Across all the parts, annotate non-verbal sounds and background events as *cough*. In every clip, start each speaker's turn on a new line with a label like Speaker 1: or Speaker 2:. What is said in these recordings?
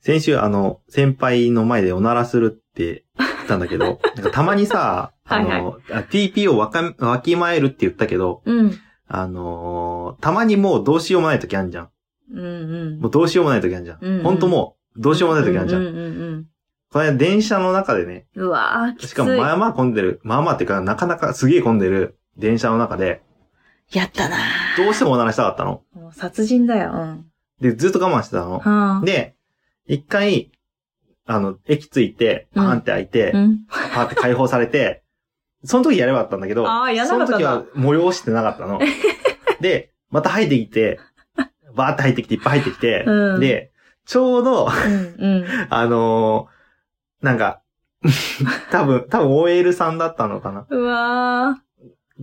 Speaker 1: 先週、あの、先輩の前でおならするって言ったんだけ
Speaker 2: *laughs*
Speaker 1: ど、なんかたまにさ、あの、
Speaker 2: はい
Speaker 1: あ TP をわか、わきまえるって言ったけど、
Speaker 2: うん。
Speaker 1: あのーたまにもうどうしようもない時あんじゃん。
Speaker 2: うんうん。
Speaker 1: もうどうしようもない時あんじゃん。
Speaker 2: うんうん
Speaker 1: ほんともう、どうしようもない時あんじゃん。
Speaker 2: うんうんうん
Speaker 1: この間電車の中でね、
Speaker 2: うん。うわー、きつい。
Speaker 1: しかもまあまあ混んでる、まあまあっていうか、なかなかすげえ混んでる電車の中で、
Speaker 2: やったな
Speaker 1: どうしてもおならしたかったの。
Speaker 2: もう殺人だよ。うん。
Speaker 1: で、ずっと我慢してたの。
Speaker 2: はあ。
Speaker 1: で、一回、あの、駅着いて、パーンって開いて、
Speaker 2: うん。
Speaker 1: パーって解放されて、その時やればよかったんだけど、
Speaker 2: あーやらなかったん
Speaker 1: そ
Speaker 2: だ
Speaker 1: の時は催してなかった
Speaker 2: *laughs*
Speaker 1: の。で、また入ってきて、バーって入ってきて、いっぱい入ってきて、
Speaker 2: うん
Speaker 1: で、ちょうど、
Speaker 2: うん。
Speaker 1: あのーなんか、 *laughs* 多分、多分 OL さんだったのかな
Speaker 2: うん。うわ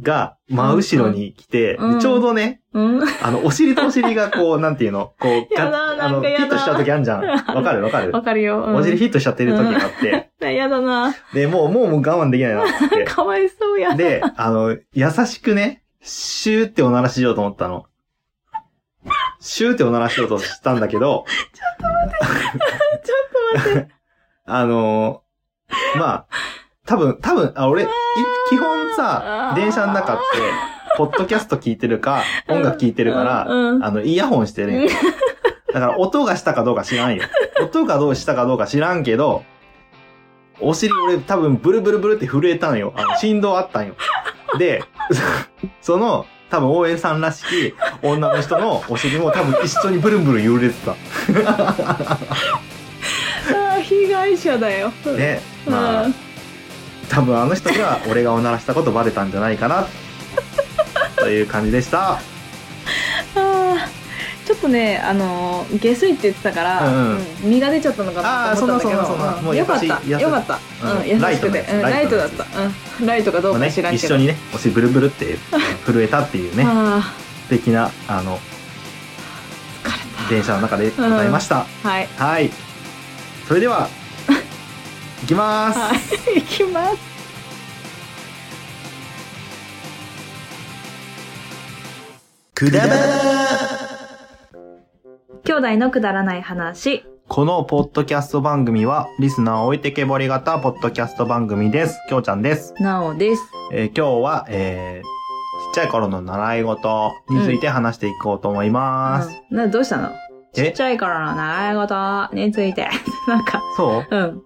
Speaker 1: が、真後ろに来て、
Speaker 2: うんうん
Speaker 1: でちょうどね、
Speaker 2: ー。うん。
Speaker 1: あの、お尻とお尻がこう、 *laughs* なんていうの、こう、
Speaker 2: やだ
Speaker 1: ガッあ
Speaker 2: なん
Speaker 1: の、フ
Speaker 2: か
Speaker 1: ィ
Speaker 2: やだ
Speaker 1: ットしちゃう時あるじゃん。わかるわかる
Speaker 2: わ。かるよ。うん
Speaker 1: お尻フィットしちゃってる時があって、
Speaker 2: やだな
Speaker 1: で、もう、もうもう我慢できないなっつって。
Speaker 2: かわいそうや。
Speaker 1: で、あの、優しくね、シューっておならしようと思ったの。シューっておならしようとしたんだけど、
Speaker 2: ちょっと待って。
Speaker 1: あのーまあ、多分、多分、あ、俺、い基本
Speaker 2: あ
Speaker 1: さ、
Speaker 2: ー
Speaker 1: 電車の中って、ポッドキャスト聞いてるか、音楽聞いてるから、
Speaker 2: うんうん
Speaker 1: あの、イヤホンしてね。だから、音がしたかどうか知らんよ。音がどうしたかどうか知らんけど、お尻俺多分ブルブルブルって震えたのよ。あの、振動あったんよ。で、 *laughs* その、多分応援さんらしき女の人のお尻も多分一緒にブルンブルン揺れてた。
Speaker 2: *laughs* あー被害者だよ。
Speaker 1: ね、
Speaker 2: うん。
Speaker 1: まあ、多分あの人が俺がおならしたことバレたんじゃないかなという感じでした
Speaker 2: あーちょっとね、あのー、下水って言ってたから、
Speaker 1: うんうん
Speaker 2: うん身が出ちゃったのかなと思ったんだけ
Speaker 1: あーそんなそんなそんな
Speaker 2: ど
Speaker 1: も
Speaker 2: う、
Speaker 1: うん
Speaker 2: よか
Speaker 1: 優
Speaker 2: っ
Speaker 1: しい優
Speaker 2: た。
Speaker 1: しい
Speaker 2: よかった。
Speaker 1: うん
Speaker 2: うん、優しくて。うん
Speaker 1: ラ
Speaker 2: ラ
Speaker 1: イ
Speaker 2: イ
Speaker 1: ト
Speaker 2: ト
Speaker 1: だ
Speaker 2: だ
Speaker 1: っ
Speaker 2: ったた。うん、ライトかどう
Speaker 1: まあ
Speaker 2: か
Speaker 1: ね、
Speaker 2: 知らん
Speaker 1: 一
Speaker 2: け
Speaker 1: 緒
Speaker 2: ど。
Speaker 1: にねお尻ブルブルって震えたっていうね
Speaker 2: あ
Speaker 1: 的なあの
Speaker 2: ー疲れ
Speaker 1: 電車の中でございました、
Speaker 2: た。はい。
Speaker 1: はいそれで
Speaker 2: *laughs*
Speaker 1: はいきます、
Speaker 2: はい、いきます。
Speaker 1: くだば
Speaker 2: 兄弟のくだらない話。
Speaker 1: このポッドキャスト番組はリスナー置いてけぼり型ポッドキャスト番組ですきょうちゃんです
Speaker 2: なおです。
Speaker 1: えー今日は、えーちっちゃい頃の習い事について話していこうと思います。
Speaker 2: うんな、どうしたのち
Speaker 1: え
Speaker 2: っちゃい頃の習い事について。 *laughs* なんか、
Speaker 1: そ
Speaker 2: うん。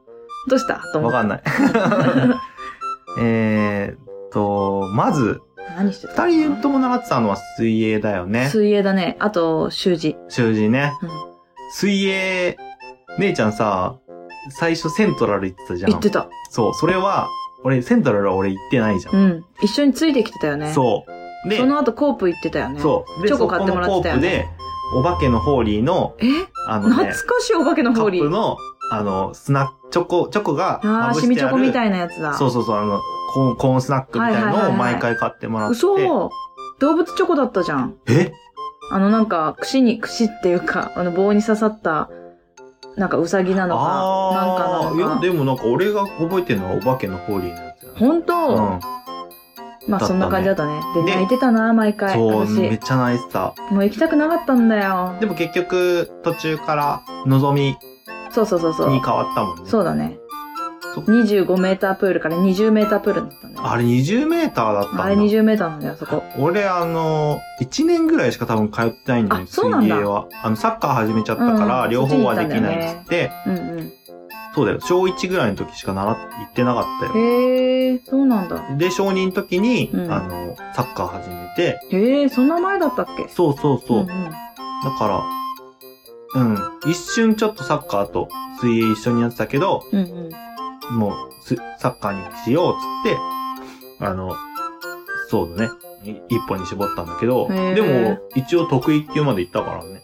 Speaker 2: どうしたと
Speaker 1: う
Speaker 2: 思
Speaker 1: わ
Speaker 2: って。
Speaker 1: かんない。 *laughs* えーっと、まず、
Speaker 2: 何してた
Speaker 1: 二人とも習ってたのは水泳だよね。
Speaker 2: 水泳だね。あと、習字。
Speaker 1: 習字ね。
Speaker 2: うん
Speaker 1: 水泳、姉ちゃんさ、最初セントラル行ってたじゃん。
Speaker 2: 行ってた。
Speaker 1: そう、それは、俺、セントラルは俺行ってないじゃん。
Speaker 2: うん。一緒についてきてたよね。
Speaker 1: そう。で、
Speaker 2: その後、コープ行ってたよね。
Speaker 1: そう。で、
Speaker 2: チョコ買ってもらってたよね
Speaker 1: そこのコープで、お化けのホーリーの、
Speaker 2: え
Speaker 1: あの
Speaker 2: 懐
Speaker 1: ね
Speaker 2: か、しいお化けの
Speaker 1: カ
Speaker 2: ホーリ
Speaker 1: ップ
Speaker 2: ー。
Speaker 1: の、あの、スナック、チョコ、チョコが、
Speaker 2: ああ、シミチョコみた
Speaker 1: い
Speaker 2: いなやつだ。
Speaker 1: そうそうそう、あの、コーン、コーンスナックみたいな
Speaker 2: はいはい
Speaker 1: の
Speaker 2: は
Speaker 1: を
Speaker 2: いはい
Speaker 1: 毎回買ってもらって。
Speaker 2: 嘘動物チョコだったじゃん。
Speaker 1: え
Speaker 2: あのなんか、串に、串っていうか、あの棒に刺さった、なんかウサギなのか、なんか
Speaker 1: ああ、
Speaker 2: な
Speaker 1: いや、
Speaker 2: のか。
Speaker 1: でもなんか俺が覚えてるのはお化けのホーリーのやつだね
Speaker 2: 本当、ま
Speaker 1: だったね
Speaker 2: あそんな感じだったね。で、
Speaker 1: で
Speaker 2: 泣いてたな、毎回。
Speaker 1: うん。そう、めっ
Speaker 2: 私。
Speaker 1: ちゃ泣いてた。
Speaker 2: もう行きたくなかったんだよ
Speaker 1: で。も結局、途中から、のぞみに
Speaker 2: そうそうそうそう
Speaker 1: 変。わったもんね。
Speaker 2: そうだね
Speaker 1: そっ。
Speaker 2: 25メータープールから20メータープールになったんだよ。
Speaker 1: あれ20メーターだったんだ。
Speaker 2: あれ20メーターなんだよ、あそこ。
Speaker 1: 俺、あの、1年ぐらいしか多分通ってないんだよね、
Speaker 2: あそうなんだ
Speaker 1: 水泳は。あの、サッカー始めちゃったから、
Speaker 2: うん
Speaker 1: 両方はできないっつって、
Speaker 2: うんうん。
Speaker 1: そうだよ。小1ぐらいの時しか習っ行ってなかったよ。
Speaker 2: へえ、そうなんだ。
Speaker 1: で、小2の時に、
Speaker 2: うん
Speaker 1: あの、サッカー始めて、
Speaker 2: へえ、そんな前だったっけ
Speaker 1: そうそうそう。
Speaker 2: ん
Speaker 1: だ
Speaker 2: ん
Speaker 1: から、うん。一瞬ちょっとサッカーと水泳一緒にやってたけど、
Speaker 2: うんうん。
Speaker 1: もうす、サッカーにしようっつって、あの、そうだね。い一本に絞ったんだけど、
Speaker 2: へー
Speaker 1: でも、一応得意級まで行ったからね。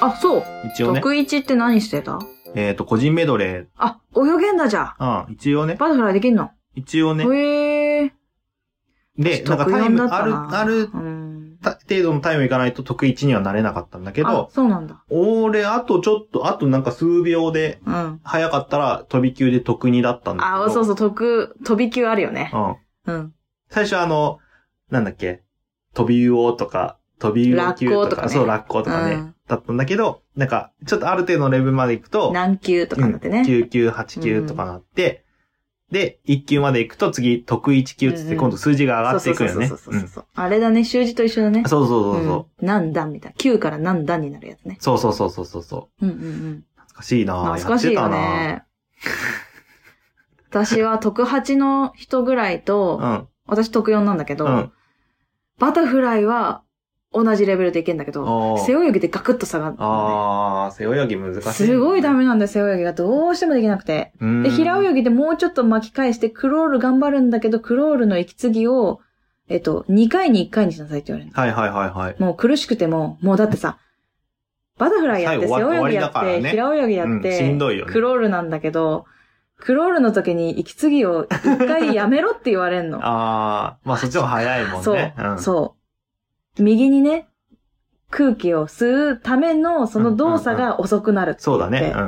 Speaker 2: あ、そう。
Speaker 1: 一応ね、
Speaker 2: 得意地って何してた
Speaker 1: えっ、と、個人メドレ
Speaker 2: あ、泳げんだじゃ
Speaker 1: ー、うん、一応
Speaker 2: ん。
Speaker 1: ね、
Speaker 2: バタフライできんの。
Speaker 1: 一応ね、
Speaker 2: へえ。
Speaker 1: で、なんかタイ
Speaker 2: 得意
Speaker 1: ム、
Speaker 2: だっ
Speaker 1: あ
Speaker 2: た
Speaker 1: る、
Speaker 2: な
Speaker 1: ある
Speaker 2: うん。
Speaker 1: た程度のタイムいかないと得意1にはなれなかったんだけ
Speaker 2: あ
Speaker 1: ど、、
Speaker 2: そうなんだ。
Speaker 1: 俺、あとちょっと、あとなんか数秒で、
Speaker 2: うん。
Speaker 1: 早かったら飛び級で得2だったんだけど。
Speaker 2: あ、そうそう、得、飛び級あるよね。
Speaker 1: うん。
Speaker 2: うん。
Speaker 1: 最初あの、なんだっけ、飛び魚とか、飛び魚級とか
Speaker 2: ラッコとかね
Speaker 1: そう、ラッコとかね、
Speaker 2: うん
Speaker 1: だったんだけど、なんか、ちょっとある程度のレベルまで行くと、
Speaker 2: 何級とかになってね。
Speaker 1: 9級、8級とかなって、で、1級まで行くと次、得1級っつっ
Speaker 2: うんう
Speaker 1: て
Speaker 2: ん
Speaker 1: 今度数字が上がっていくよね。
Speaker 2: そうそう
Speaker 1: う
Speaker 2: そうそうんそう、あれだね、習字と一緒だね。
Speaker 1: そうそうそうそう。
Speaker 2: うん何段みたいな。9から何段になるやつね。
Speaker 1: そうそうそうそうそうそう。
Speaker 2: うんうんうん。
Speaker 1: 懐かしいな
Speaker 2: 懐かしいよね。私は特8の人ぐらいと、
Speaker 1: やって
Speaker 2: 私特4なんだけ
Speaker 1: た
Speaker 2: ど、
Speaker 1: なうん。うん。
Speaker 2: バタフライは同じレベルでいけんだけど、
Speaker 1: おー
Speaker 2: 背泳ぎでガクッと下がるの
Speaker 1: あー、背泳ぎ難
Speaker 2: ね、
Speaker 1: しい。
Speaker 2: すごいダ。メなんだよ、背泳ぎが。どうしてもできなくて。
Speaker 1: うん。
Speaker 2: で、平泳ぎでもうちょっと巻き返して、クロール頑張るんだけど、クロールの息継ぎを、えっと、2回に1回にしなさいって言われるの。
Speaker 1: はいはいはいはい。
Speaker 2: もう苦しくても、もうだってさ、バタフライやって、背
Speaker 1: 最後終わ
Speaker 2: 泳ぎ
Speaker 1: 終わ
Speaker 2: や
Speaker 1: りだか
Speaker 2: って、
Speaker 1: らね
Speaker 2: 平泳ぎやっ
Speaker 1: うん
Speaker 2: て、
Speaker 1: しんどいよね
Speaker 2: クロールなんだけど、クロールの時に息継ぎを一回やめろって言われんの。
Speaker 1: *laughs* あー、まあそっちの方が早いもんね。
Speaker 2: そう、
Speaker 1: うん、
Speaker 2: そう。右にね、空気を吸うためのその動作が遅くなるって言
Speaker 1: そ
Speaker 2: っ
Speaker 1: うだ
Speaker 2: て
Speaker 1: ね。うん。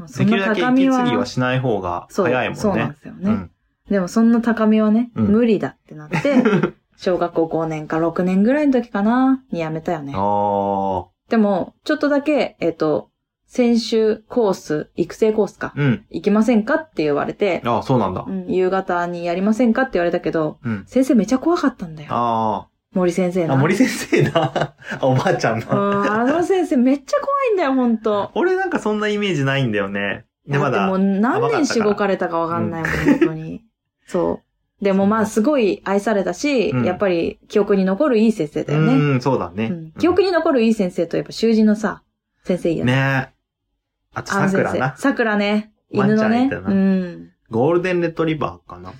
Speaker 2: もうそ
Speaker 1: で
Speaker 2: ん
Speaker 1: きる
Speaker 2: な
Speaker 1: だけ
Speaker 2: 高
Speaker 1: 息
Speaker 2: み
Speaker 1: 継ぎは
Speaker 2: は、
Speaker 1: しない方が
Speaker 2: そう、
Speaker 1: 早いもんね。
Speaker 2: そうなんですよね。
Speaker 1: うん
Speaker 2: でもそんな高みはね、
Speaker 1: うん
Speaker 2: 無理だってなって、 *laughs* 小学校5年か6年ぐらいの時かな、にやめたよね。
Speaker 1: あ
Speaker 2: でも、ちょっとだけ、えっ、と、先週コース、育成コースか
Speaker 1: ー、、うん。
Speaker 2: 行きませんかって言われて、
Speaker 1: あーそうなんだ
Speaker 2: う。ん夕方にやりませんかって言われたけど、
Speaker 1: うん。
Speaker 2: 先生めちゃ怖かったんだよ。
Speaker 1: あ
Speaker 2: 森先生
Speaker 1: ー。あ、
Speaker 2: な。
Speaker 1: 森先生な。 *laughs* あ、おばあちゃん
Speaker 2: う
Speaker 1: な。
Speaker 2: ん、あの先生めっちゃ怖いんだよ、ほんと。
Speaker 1: 俺なんかそんなイメージないんだよね。で、ま
Speaker 2: だってもう
Speaker 1: だ。
Speaker 2: 何
Speaker 1: 甘かっ
Speaker 2: 年
Speaker 1: たから
Speaker 2: しごかれたかわかんないもん、本当に。そう。でもまあ、すごい愛されたし、
Speaker 1: うん
Speaker 2: やっぱり記憶に残るいい先生だよね。
Speaker 1: うん、そうだね。
Speaker 2: うん記憶に残るいい先生といえば囚人のさ、先生いいよね。
Speaker 1: ねえ。あと、
Speaker 2: あの先
Speaker 1: 桜
Speaker 2: 生。
Speaker 1: な。
Speaker 2: 桜ね。犬の
Speaker 1: ワン
Speaker 2: ね。
Speaker 1: ちゃんいたな
Speaker 2: う。
Speaker 1: んゴールデンレトリバーかな。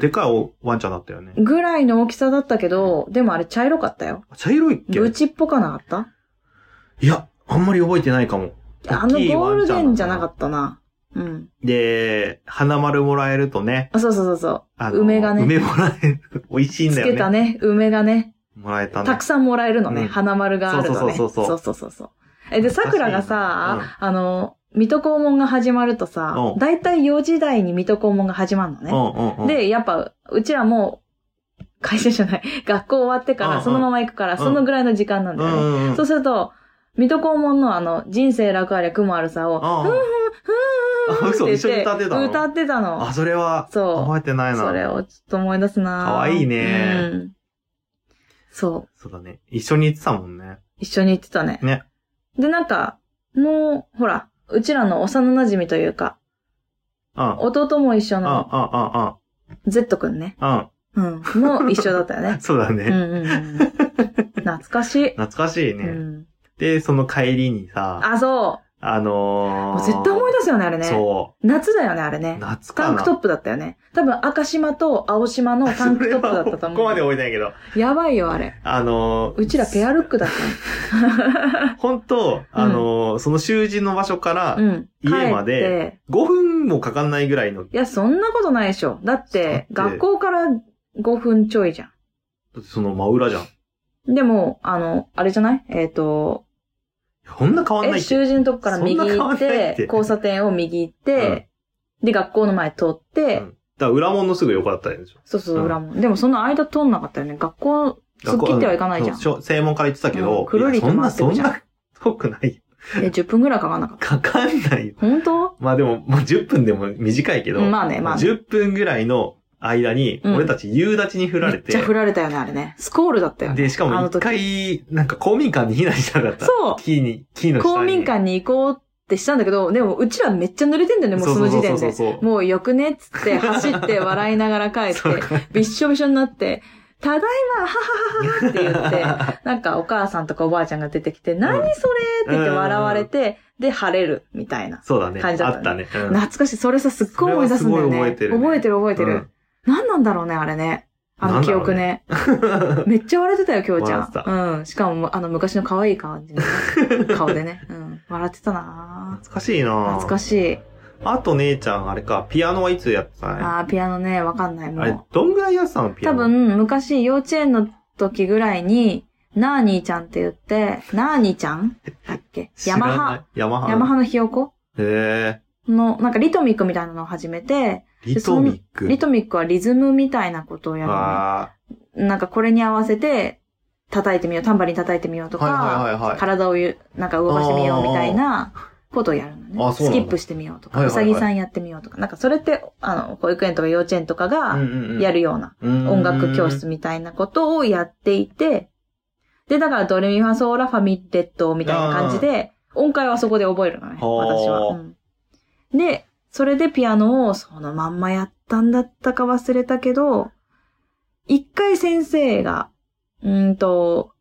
Speaker 1: でかいおワンちゃんだったよね。
Speaker 2: ぐらいの大きさだったけど、でもあれ茶色かったよ。
Speaker 1: 茶色いっけ
Speaker 2: ブチっぽかなかった
Speaker 1: いや、あんまり覚えてないかも。
Speaker 2: あの
Speaker 1: 大きい
Speaker 2: ゴー
Speaker 1: ワ
Speaker 2: ル
Speaker 1: ンち
Speaker 2: デ
Speaker 1: ゃんだ
Speaker 2: ンじゃなかったな。うん。
Speaker 1: で、花丸もらえるとね、
Speaker 2: あ、そうそうそうそう。
Speaker 1: あ
Speaker 2: 梅がね
Speaker 1: 梅もらえる。美味しいんだ
Speaker 2: つ
Speaker 1: よね。
Speaker 2: けたね、梅がね、
Speaker 1: もらえたね。
Speaker 2: たくさんもらえるのね、
Speaker 1: うん
Speaker 2: 花丸があるの
Speaker 1: そ
Speaker 2: ね。
Speaker 1: うそうそうそう
Speaker 2: そうそうそうえ、で、桜が
Speaker 1: 懐か
Speaker 2: さ、あの、水戸黄門が始まるとさ
Speaker 1: う、ん
Speaker 2: だいたい4時台に水戸黄門が始まるのね。
Speaker 1: うんうんうん。、
Speaker 2: で、やっぱ、うちらもう、会社じゃない、 *laughs* 学校終わってか
Speaker 1: うん
Speaker 2: ら、
Speaker 1: うん
Speaker 2: そのまま行くから、
Speaker 1: ん
Speaker 2: そのぐらいの時間なん
Speaker 1: う
Speaker 2: だ
Speaker 1: ん
Speaker 2: よね。
Speaker 1: うんうん。
Speaker 2: そうすると、水戸黄門のあの、人生楽ありゃ雲あるさを、
Speaker 1: ああ
Speaker 2: ふんふんふんふんふん
Speaker 1: あ嘘
Speaker 2: って言
Speaker 1: 一緒に歌ってたの
Speaker 2: 歌ってたの
Speaker 1: あ、。それは、
Speaker 2: そう
Speaker 1: 覚えてないな。
Speaker 2: それをちょっと思い出すな
Speaker 1: 可愛いね
Speaker 2: うん。そう。
Speaker 1: そうだね。一緒に行ってたもんね。
Speaker 2: 一緒に行ってたね。
Speaker 1: ね
Speaker 2: で、なんか、もう、ほら、うちらの幼馴染というか、
Speaker 1: うん。うん、うん、うん、
Speaker 2: 弟も一緒の
Speaker 1: う
Speaker 2: Z くんね。
Speaker 1: ん。うん。。
Speaker 2: うん。も一緒だったよね
Speaker 1: *laughs* そうだ
Speaker 2: うん
Speaker 1: ね。
Speaker 2: うんうん。懐かしい。
Speaker 1: 懐かしいうね。
Speaker 2: ん。
Speaker 1: で、その帰りにさ、
Speaker 2: あ、そ
Speaker 1: あ
Speaker 2: う。
Speaker 1: の
Speaker 2: もう
Speaker 1: ー、
Speaker 2: 絶対思い出すよね、あれね。
Speaker 1: そ
Speaker 2: 夏だよね、あれ
Speaker 1: う。
Speaker 2: ね。
Speaker 1: 夏か
Speaker 2: タン
Speaker 1: な。
Speaker 2: クトップだったよね。多分赤島と青島のタンクトップだったと
Speaker 1: それはここ
Speaker 2: 思
Speaker 1: まで
Speaker 2: う。
Speaker 1: 覚えてないけど、
Speaker 2: やばいよ、あれ。
Speaker 1: あのー、
Speaker 2: うちらペアルックだっ
Speaker 1: 本当あのーその囚人の場所か
Speaker 2: た
Speaker 1: ら
Speaker 2: の。うん。
Speaker 1: 家まで
Speaker 2: 帰って
Speaker 1: 5分もかかんないぐらいの、
Speaker 2: いや、そんなことないでしょ。だって、
Speaker 1: だって
Speaker 2: 学校から5分ちょいじゃ
Speaker 1: その真裏じゃん。
Speaker 2: ん。でも、あの、あれじゃないえっ、と、
Speaker 1: そんな変わんな
Speaker 2: え、
Speaker 1: いって。
Speaker 2: 囚人のとこから右
Speaker 1: そんな変
Speaker 2: 行
Speaker 1: わ
Speaker 2: っ
Speaker 1: んない
Speaker 2: て、
Speaker 1: って
Speaker 2: 交差点を右行って、で、学校の前通って、
Speaker 1: うんだから裏門のすぐ横だったんでしょ。
Speaker 2: そうそうう、
Speaker 1: ん
Speaker 2: 裏も。でも、その間通んなかったよね。学校、突っ切ってはいかないじゃん。
Speaker 1: そう正門から行ってたけど、
Speaker 2: うんくるりと
Speaker 1: いや
Speaker 2: 回って
Speaker 1: そん
Speaker 2: く
Speaker 1: な、
Speaker 2: じ
Speaker 1: そん
Speaker 2: ゃん
Speaker 1: な遠くないよ。
Speaker 2: で、10分ぐらいかかんなかった。
Speaker 1: かかんないよ。
Speaker 2: 本当
Speaker 1: まあでも、まあ10分でも短いけど、
Speaker 2: まあね、まあね。
Speaker 1: 10分ぐらいの間に、
Speaker 2: うん
Speaker 1: 俺たち夕立に振ら
Speaker 2: め
Speaker 1: れ、
Speaker 2: ってちゃ振られたよね、あれね。スコールだったよね。
Speaker 1: で、しか
Speaker 2: あ
Speaker 1: も
Speaker 2: の
Speaker 1: 一
Speaker 2: 時
Speaker 1: 回、なんか公民館に避難したかった。
Speaker 2: そう
Speaker 1: 木に、木の下に。
Speaker 2: 公民館に行こうってしたんだけど、でも、うちらめっちゃ濡れてんだよね、もうその時点
Speaker 1: そう
Speaker 2: で。
Speaker 1: そうそうそう
Speaker 2: もうよくねっつって、走って笑いながら帰
Speaker 1: *laughs*
Speaker 2: っ
Speaker 1: そう
Speaker 2: て、びっしょびしょになって、ただいま、はははははって言って、なんかお母さんとかおばあちゃんが出てきて、何それって言って笑われて、で、晴れる、みたいな。
Speaker 1: そうだね。
Speaker 2: 感じだ
Speaker 1: あ
Speaker 2: っ
Speaker 1: った
Speaker 2: た
Speaker 1: ね。うん
Speaker 2: 懐かしい。それさ、すっごい思い出すんだよね。
Speaker 1: それはすごい覚えてるね
Speaker 2: 覚えてる覚えて
Speaker 1: う
Speaker 2: る
Speaker 1: ん。
Speaker 2: 何なんだろうね、あれね。あの記憶ね。めっちゃ笑ってたよ、きょうちゃ
Speaker 1: 笑って
Speaker 2: ん。うん。しかも、あの、昔の可愛い感じの
Speaker 1: *laughs*
Speaker 2: 顔でね。うん。笑ってたなぁ
Speaker 1: 懐かしいな
Speaker 2: 懐か
Speaker 1: い。
Speaker 2: しい。
Speaker 1: あと姉ちゃん、あれか、ピアノはいつやってたね。あ
Speaker 2: あー、ピアノね、わかんない。も
Speaker 1: れ
Speaker 2: う。、
Speaker 1: どんぐらいやってたのピア
Speaker 2: 多
Speaker 1: ノ。。
Speaker 2: 分、昔、幼稚園の時ぐらいに、ナーニーちゃんって言って、ナーニーちゃんだっけヤマハ。。
Speaker 1: ヤマハ。
Speaker 2: ヤマ。ハのひよこ
Speaker 1: へえ。
Speaker 2: の、なんかリトミックみたいなのを始めて、
Speaker 1: リトミック。
Speaker 2: リトミックはリズムみたいなことをやるのね
Speaker 1: あ
Speaker 2: なんかこれに合わせて、叩いてみよう、タンバリン叩いてみようとか、
Speaker 1: はいはいはいはい
Speaker 2: 体をゆなんか動かしてみようみたいなことをやるの
Speaker 1: あ
Speaker 2: ね。
Speaker 1: そうな
Speaker 2: ス
Speaker 1: んだ
Speaker 2: キップしてみようとか、
Speaker 1: はいはいはいう
Speaker 2: さぎさんやってみようとか、なんかそれって、あの、保育園とか幼稚園とかがや
Speaker 1: る
Speaker 2: るような音楽教室みたいなことをやっていて、で、だからドレミファソーラファミレットみたいな感じで、音階はそこで覚えるのね、
Speaker 1: ほう
Speaker 2: 私は、うんで、それでピアノをそのまんまやったんだったか忘れたけど、一回先生が、うーんと、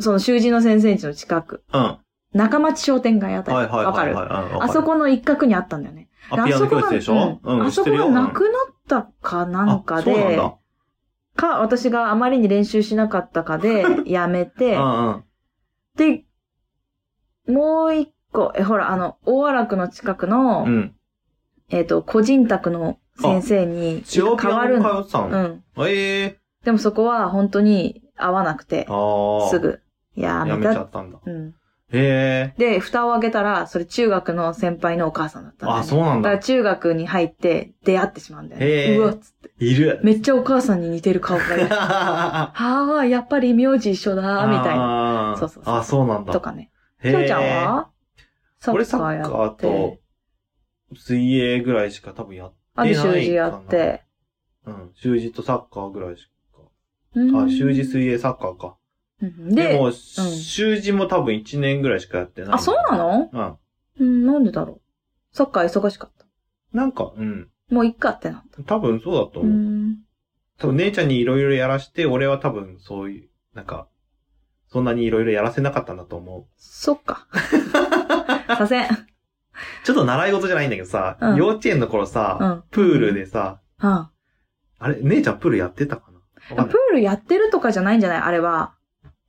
Speaker 2: その囚人の先生んちの近く、
Speaker 1: うん。は
Speaker 2: 中町商店街あ
Speaker 1: い
Speaker 2: たり、
Speaker 1: は
Speaker 2: わ、
Speaker 1: いはい
Speaker 2: か
Speaker 1: はい。
Speaker 2: る
Speaker 1: うんわ
Speaker 2: あそこの一角にあったんだよね。
Speaker 1: あ、ピアノ教室でしょ
Speaker 2: あそこがうん
Speaker 1: うん、知っ
Speaker 2: あそ
Speaker 1: て
Speaker 2: こ
Speaker 1: る
Speaker 2: が
Speaker 1: よ。
Speaker 2: なくなったかなんか
Speaker 1: あそうなん
Speaker 2: で、
Speaker 1: だ。
Speaker 2: か、私があまりに練習しなかった
Speaker 1: *laughs*
Speaker 2: かで、やめて、
Speaker 1: うんうん。
Speaker 2: で、もう一個、え、ほら、あの、大荒区の近くの、
Speaker 1: うん。
Speaker 2: えっ、と、個人宅の先生
Speaker 1: 違
Speaker 2: に
Speaker 1: うピ
Speaker 2: 変わ
Speaker 1: ア
Speaker 2: るの。
Speaker 1: ノ通ってた
Speaker 2: う
Speaker 1: の
Speaker 2: ん。
Speaker 1: ええ。
Speaker 2: でもそこは本当に合わなくて、
Speaker 1: ああ。
Speaker 2: す。ぐ、や
Speaker 1: や
Speaker 2: め
Speaker 1: めちゃ
Speaker 2: た。
Speaker 1: ったんだ。
Speaker 2: うん。
Speaker 1: へえ。
Speaker 2: で、蓋を開けたら、それ中学の先輩のお母さんだったんだよね、
Speaker 1: あ、そうなん
Speaker 2: だから
Speaker 1: だ。
Speaker 2: 中学に入って出会ってしまうんだよ
Speaker 1: へ
Speaker 2: ね。
Speaker 1: ー
Speaker 2: うわっつって。
Speaker 1: いる。
Speaker 2: めっちゃお母さんに似て
Speaker 1: *laughs*
Speaker 2: る顔がいる。
Speaker 1: あ
Speaker 2: は *laughs* あ、やっぱり名字一緒だ、みたいな。
Speaker 1: な
Speaker 2: そうそうそう
Speaker 1: あ、そうなんだ。
Speaker 2: とかね。
Speaker 1: へ
Speaker 2: き
Speaker 1: ー
Speaker 2: ょうちゃんはサ
Speaker 1: 俺
Speaker 2: ッ
Speaker 1: サ
Speaker 2: カー
Speaker 1: ッカ
Speaker 2: や
Speaker 1: ー
Speaker 2: って。
Speaker 1: と、水泳ぐらいしか多分やっ
Speaker 2: あと
Speaker 1: 出ないかな
Speaker 2: 習字やって。
Speaker 1: うん。習字とサッカーぐらいし
Speaker 2: うん
Speaker 1: か。あ、習字、水泳、サッカーか。
Speaker 2: うん
Speaker 1: で
Speaker 2: で、
Speaker 1: も、習字も多分1年ぐらいしかやってない。
Speaker 2: あ、そうなの
Speaker 1: の
Speaker 2: うん、なんでだろう。サッカー忙しかった。
Speaker 1: うん。なんか、うん。
Speaker 2: もういっかってなった。
Speaker 1: 多分そうだと
Speaker 2: う
Speaker 1: 思う。
Speaker 2: ん。
Speaker 1: 多分姉ちゃんにいろいろやらして、俺は多分そういう、なんか、そんなにいろいろやらせなかったんだと思う。
Speaker 2: そっ
Speaker 1: *laughs*
Speaker 2: か。させん。
Speaker 1: ちょっと習い事じゃないんだけどさ、
Speaker 2: うん
Speaker 1: 幼稚園の頃さ、
Speaker 2: うん。
Speaker 1: プールでさ、
Speaker 2: うん。
Speaker 1: あれ、姉ちゃんプールやってたかなわかん
Speaker 2: プ
Speaker 1: ない
Speaker 2: ールやってるとかじゃないんじゃないあれは。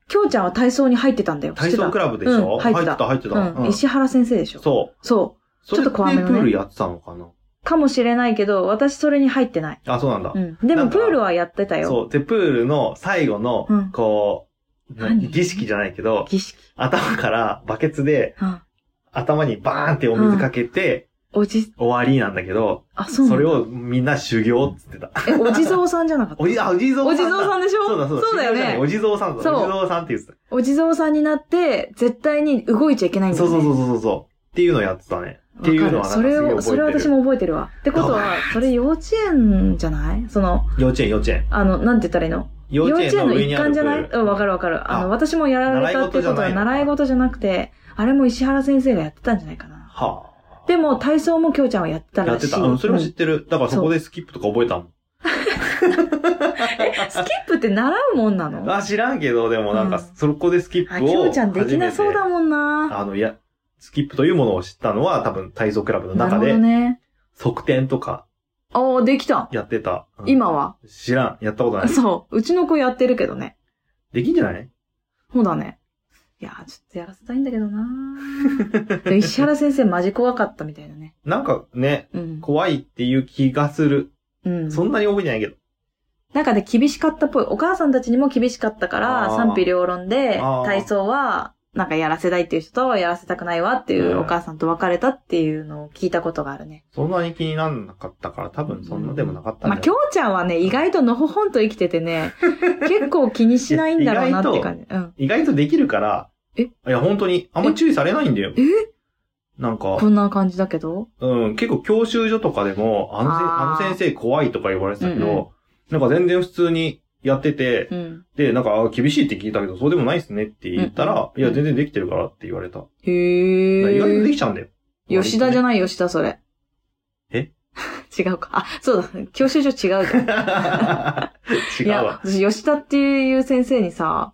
Speaker 2: きょうちゃんは体操に入ってたんだよ。
Speaker 1: 体操ク
Speaker 2: ら
Speaker 1: ラブでしょ、
Speaker 2: うん入ってた
Speaker 1: 入ってた、入ってた。
Speaker 2: うん。石原先生でしょ。
Speaker 1: そう。
Speaker 2: そ
Speaker 1: それ
Speaker 2: ちょっと怖め
Speaker 1: で
Speaker 2: の
Speaker 1: プ
Speaker 2: ね
Speaker 1: ールやってたのかな
Speaker 2: う。かもしれないけど、私それに入ってない。
Speaker 1: あ、そうなんだ。
Speaker 2: うん。で
Speaker 1: なん
Speaker 2: も
Speaker 1: か
Speaker 2: プールはやってたよ。
Speaker 1: そう。で、プールの最後の
Speaker 2: うん、
Speaker 1: こう、
Speaker 2: 何
Speaker 1: 儀式じゃないけど、
Speaker 2: 儀式。
Speaker 1: 頭からバケツで
Speaker 2: うん。
Speaker 1: 頭にバーンってお水かけて、
Speaker 2: おじ、
Speaker 1: 終わりなんだけど、
Speaker 2: あ、そうな
Speaker 1: そ
Speaker 2: ん
Speaker 1: れ
Speaker 2: だ。
Speaker 1: をみんな修行っつってた。 *laughs*
Speaker 2: え、お地蔵さんじゃなかった
Speaker 1: おじ、あ、お地蔵さん
Speaker 2: お
Speaker 1: だ。
Speaker 2: 地蔵さんでしょ
Speaker 1: そうだそうだ。修行
Speaker 2: よ
Speaker 1: じゃないお
Speaker 2: ね。
Speaker 1: 地蔵さんだ。
Speaker 2: そう
Speaker 1: お地蔵さんって言って
Speaker 2: お地蔵さんになって、絶対に動いちゃいけないん
Speaker 1: た。
Speaker 2: だよ
Speaker 1: そうそ
Speaker 2: ね。
Speaker 1: うそうそうそう。っていうのをやってたね。っていうの
Speaker 2: わ
Speaker 1: は
Speaker 2: か
Speaker 1: な
Speaker 2: る
Speaker 1: ん
Speaker 2: そ
Speaker 1: かす
Speaker 2: れ
Speaker 1: ごい
Speaker 2: を、それ
Speaker 1: 覚え
Speaker 2: は
Speaker 1: て
Speaker 2: 私
Speaker 1: る。
Speaker 2: も覚えてるわ。ってこと
Speaker 1: やば
Speaker 2: は、それ幼稚園じゃないその、
Speaker 1: 幼稚園、幼稚園。
Speaker 2: あの、なんて言ったらいいの
Speaker 1: 幼稚園の上にあ
Speaker 2: 一
Speaker 1: る
Speaker 2: 環
Speaker 1: プ
Speaker 2: じゃな
Speaker 1: ー
Speaker 2: い
Speaker 1: ル。
Speaker 2: うん、わかるわかる。あ
Speaker 1: あ
Speaker 2: の、私もやられたっていう
Speaker 1: 習い事じゃ
Speaker 2: こと
Speaker 1: な
Speaker 2: はい
Speaker 1: の
Speaker 2: 習い事じゃなくて、あれも石原先生がやってたんじゃないかな。
Speaker 1: はあ。
Speaker 2: でも、体操もきょうちゃんはやってた
Speaker 1: や
Speaker 2: ら
Speaker 1: っ
Speaker 2: しい。
Speaker 1: てた。うん、それも
Speaker 2: う
Speaker 1: 知
Speaker 2: ん
Speaker 1: っ
Speaker 2: ス
Speaker 1: てる。だからそこでスキップとか覚えたもん。
Speaker 2: キップって習うもんなのあ、
Speaker 1: あ、知らんけど、でもなんか、
Speaker 2: うん
Speaker 1: そこでスキップを初め
Speaker 2: き
Speaker 1: て。
Speaker 2: ょうちゃんできなそうだもんな。
Speaker 1: あの、いや、スキップというものを知ったのは多分体操クラブの
Speaker 2: なる
Speaker 1: 中
Speaker 2: ほ
Speaker 1: で、
Speaker 2: どね。
Speaker 1: 側転とか
Speaker 2: おー、できた。
Speaker 1: やってた。うん
Speaker 2: 今は。
Speaker 1: 知らん。やったことない。
Speaker 2: そう。うちの子やってるけどね。
Speaker 1: できんじゃない
Speaker 2: そうだね。いやー、ちょっとやらせたいんだけどなーでも石原先生マジ怖かったみたいだね。
Speaker 1: なんかね、
Speaker 2: うん。
Speaker 1: 怖いっていう気がする。
Speaker 2: うん。
Speaker 1: そんなに覚えてないけど。
Speaker 2: なんかね、厳しかったっぽい。お母さんたちにも厳しかったか
Speaker 1: あ
Speaker 2: ら、
Speaker 1: ー
Speaker 2: 賛否両論で
Speaker 1: あー、
Speaker 2: 体操は、なんかやらせたいっていう人と、やらせたくないわっていううんお母さんと別れたっていうのを聞いたことがあるね。
Speaker 1: そんなに気になんなかったから、多分そんなでもなかったん
Speaker 2: まあ、
Speaker 1: じ
Speaker 2: き
Speaker 1: ゃ
Speaker 2: ょうちゃんはね、意外とのほほんと生きててね、結構気にしないんだろうなって感じ。うん。
Speaker 1: 意外とできるから、
Speaker 2: え
Speaker 1: いや、本当に、あんま注意されないんだよ。
Speaker 2: え
Speaker 1: なんか、
Speaker 2: こんな感じだけど
Speaker 1: うん、結構教習所とかでも、あのせ
Speaker 2: あー
Speaker 1: あの先生怖いとか言われてたけ
Speaker 2: うん
Speaker 1: ど、なんか全然普通にやってて、
Speaker 2: うん。
Speaker 1: で、なんか、あ厳しいって聞いたけど、そうでもないっすねって言ったら、
Speaker 2: うん
Speaker 1: いや、全然できてるからって言われた。
Speaker 2: へ
Speaker 1: 意外とで
Speaker 2: ー。
Speaker 1: きちゃうんだよ。
Speaker 2: 吉田じゃ
Speaker 1: い
Speaker 2: ない吉田、それ。
Speaker 1: え
Speaker 2: *laughs* 違うか。あ、そうだ。教習所違うじゃん。
Speaker 1: *laughs* 違
Speaker 2: いうや
Speaker 1: わ。、
Speaker 2: 私、吉田っていう先生にさ、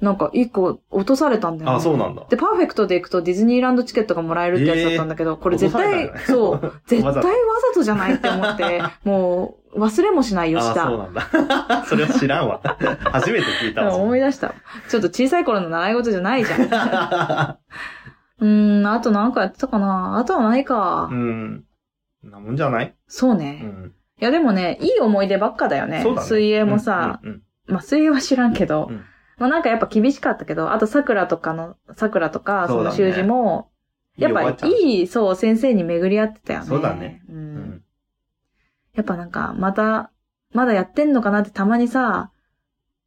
Speaker 2: なんか一個落とされたんだよ、ね。
Speaker 1: あ、そうなんだ。
Speaker 2: で、パーフェクトで行くとディズニーランドチケットがもらえるってやつだったんだけど、これ絶対
Speaker 1: 落、とされたん
Speaker 2: そ
Speaker 1: だ
Speaker 2: う、絶対わ
Speaker 1: *laughs* わざ
Speaker 2: ざ
Speaker 1: と
Speaker 2: とじゃないって思って、もう忘れもしない吉
Speaker 1: あ、
Speaker 2: 田。
Speaker 1: そう
Speaker 2: う
Speaker 1: なんだ。 *laughs* それは知らんわ。初めて聞いた
Speaker 2: ん
Speaker 1: わ。
Speaker 2: 思い出した。ちょっと小さい頃の習い事じゃないじゃん。うーん、あと何個やってたかなあとはないか。
Speaker 1: *laughs* うん。なもんじゃない
Speaker 2: そう
Speaker 1: う
Speaker 2: ね、い
Speaker 1: ん。
Speaker 2: やでもね、いい思い出ばっかだよね。
Speaker 1: そうだね。
Speaker 2: 水泳もさ、
Speaker 1: うん、うん
Speaker 2: まあ水泳は知らんけど、
Speaker 1: うん
Speaker 2: まあなんかやっぱ厳しかったけど、あと桜とかの、桜とか、
Speaker 1: そ
Speaker 2: そう
Speaker 1: だ
Speaker 2: の
Speaker 1: ね
Speaker 2: 習字も、やっ
Speaker 1: いいおばあちゃ
Speaker 2: ぱ
Speaker 1: ん
Speaker 2: いい、そう、先生に巡り合ってたよね。
Speaker 1: そうだね。
Speaker 2: う
Speaker 1: うんん。
Speaker 2: やっぱなんか、また、まだやってんのかなってたまにさ、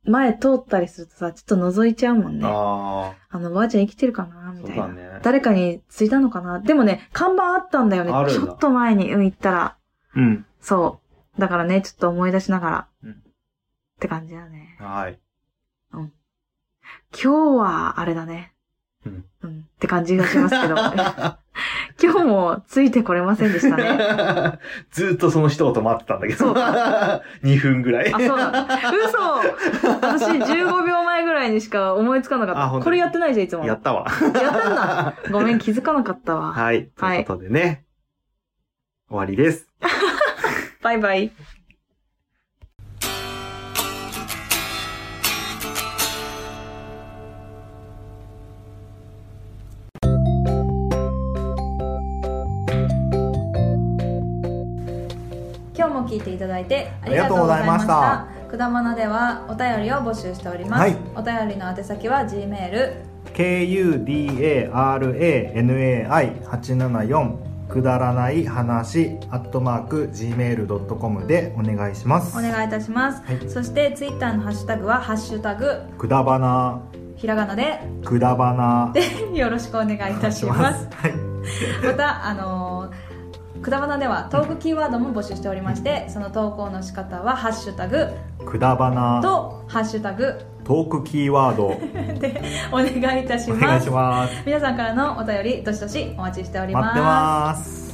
Speaker 2: 前通ったりするとさ、ちょっと覗いちゃうもんね。あ
Speaker 1: あ
Speaker 2: の、おばあちゃん生きてるかな
Speaker 1: あ、そ
Speaker 2: みた
Speaker 1: う
Speaker 2: いな。
Speaker 1: だね。
Speaker 2: 誰かについたのかなでもね、看板あったんだよね
Speaker 1: あ。るん
Speaker 2: ち
Speaker 1: だ
Speaker 2: ょっと前に、うん、行ったら。
Speaker 1: うん。
Speaker 2: そう。だからね、ちょっと思い出しながら。
Speaker 1: うん
Speaker 2: って感じだね。
Speaker 1: はい。
Speaker 2: 今日は、あれだね。
Speaker 1: うん。
Speaker 2: うん。って感じがしますけど。
Speaker 1: *laughs*
Speaker 2: 今日もついてこれませんでし
Speaker 1: *laughs*
Speaker 2: たね。
Speaker 1: ずっとその一言待ってたんだけ
Speaker 2: そ
Speaker 1: ど
Speaker 2: うか。
Speaker 1: 2分ぐらい。
Speaker 2: あ、そうだ。嘘私15秒前ぐらいにしか思いつかな
Speaker 1: あ
Speaker 2: かっ
Speaker 1: 本
Speaker 2: た。
Speaker 1: 当
Speaker 2: これやってないじゃん、いつも。
Speaker 1: やったわ。
Speaker 2: やったんだ。ごめん、気づかなかったわ。
Speaker 1: はい。ということでね。終わりです。
Speaker 2: バイバイ。今日も聞いていただいてありがとうございました。
Speaker 1: あ
Speaker 2: くだまなではお便りを募集しております。
Speaker 1: はい
Speaker 2: お便りの宛先は G メール
Speaker 1: kudaranai874 くだらない話アットマーク gmail.com でお願いしま
Speaker 2: お
Speaker 1: す。
Speaker 2: 願いいたします。
Speaker 1: はい
Speaker 2: そしてツイッターのハッシュタグはハッシュタグ
Speaker 1: くだばな、
Speaker 2: ひらがなで
Speaker 1: くだばな。
Speaker 2: よろしくお願いいたします。
Speaker 1: はい。
Speaker 2: またあのーくだばなではトークキーワードも募集しておりましてその投稿の仕方は「ハッシュタグ
Speaker 1: くだば」な、
Speaker 2: と「ハッシュタグ
Speaker 1: トークキーワード、」
Speaker 2: でお願いいたし
Speaker 1: お願
Speaker 2: ま
Speaker 1: い
Speaker 2: す
Speaker 1: します。
Speaker 2: 皆さんからのお便りどしどしお待ちしており
Speaker 1: 待
Speaker 2: ま
Speaker 1: っ
Speaker 2: す
Speaker 1: てます。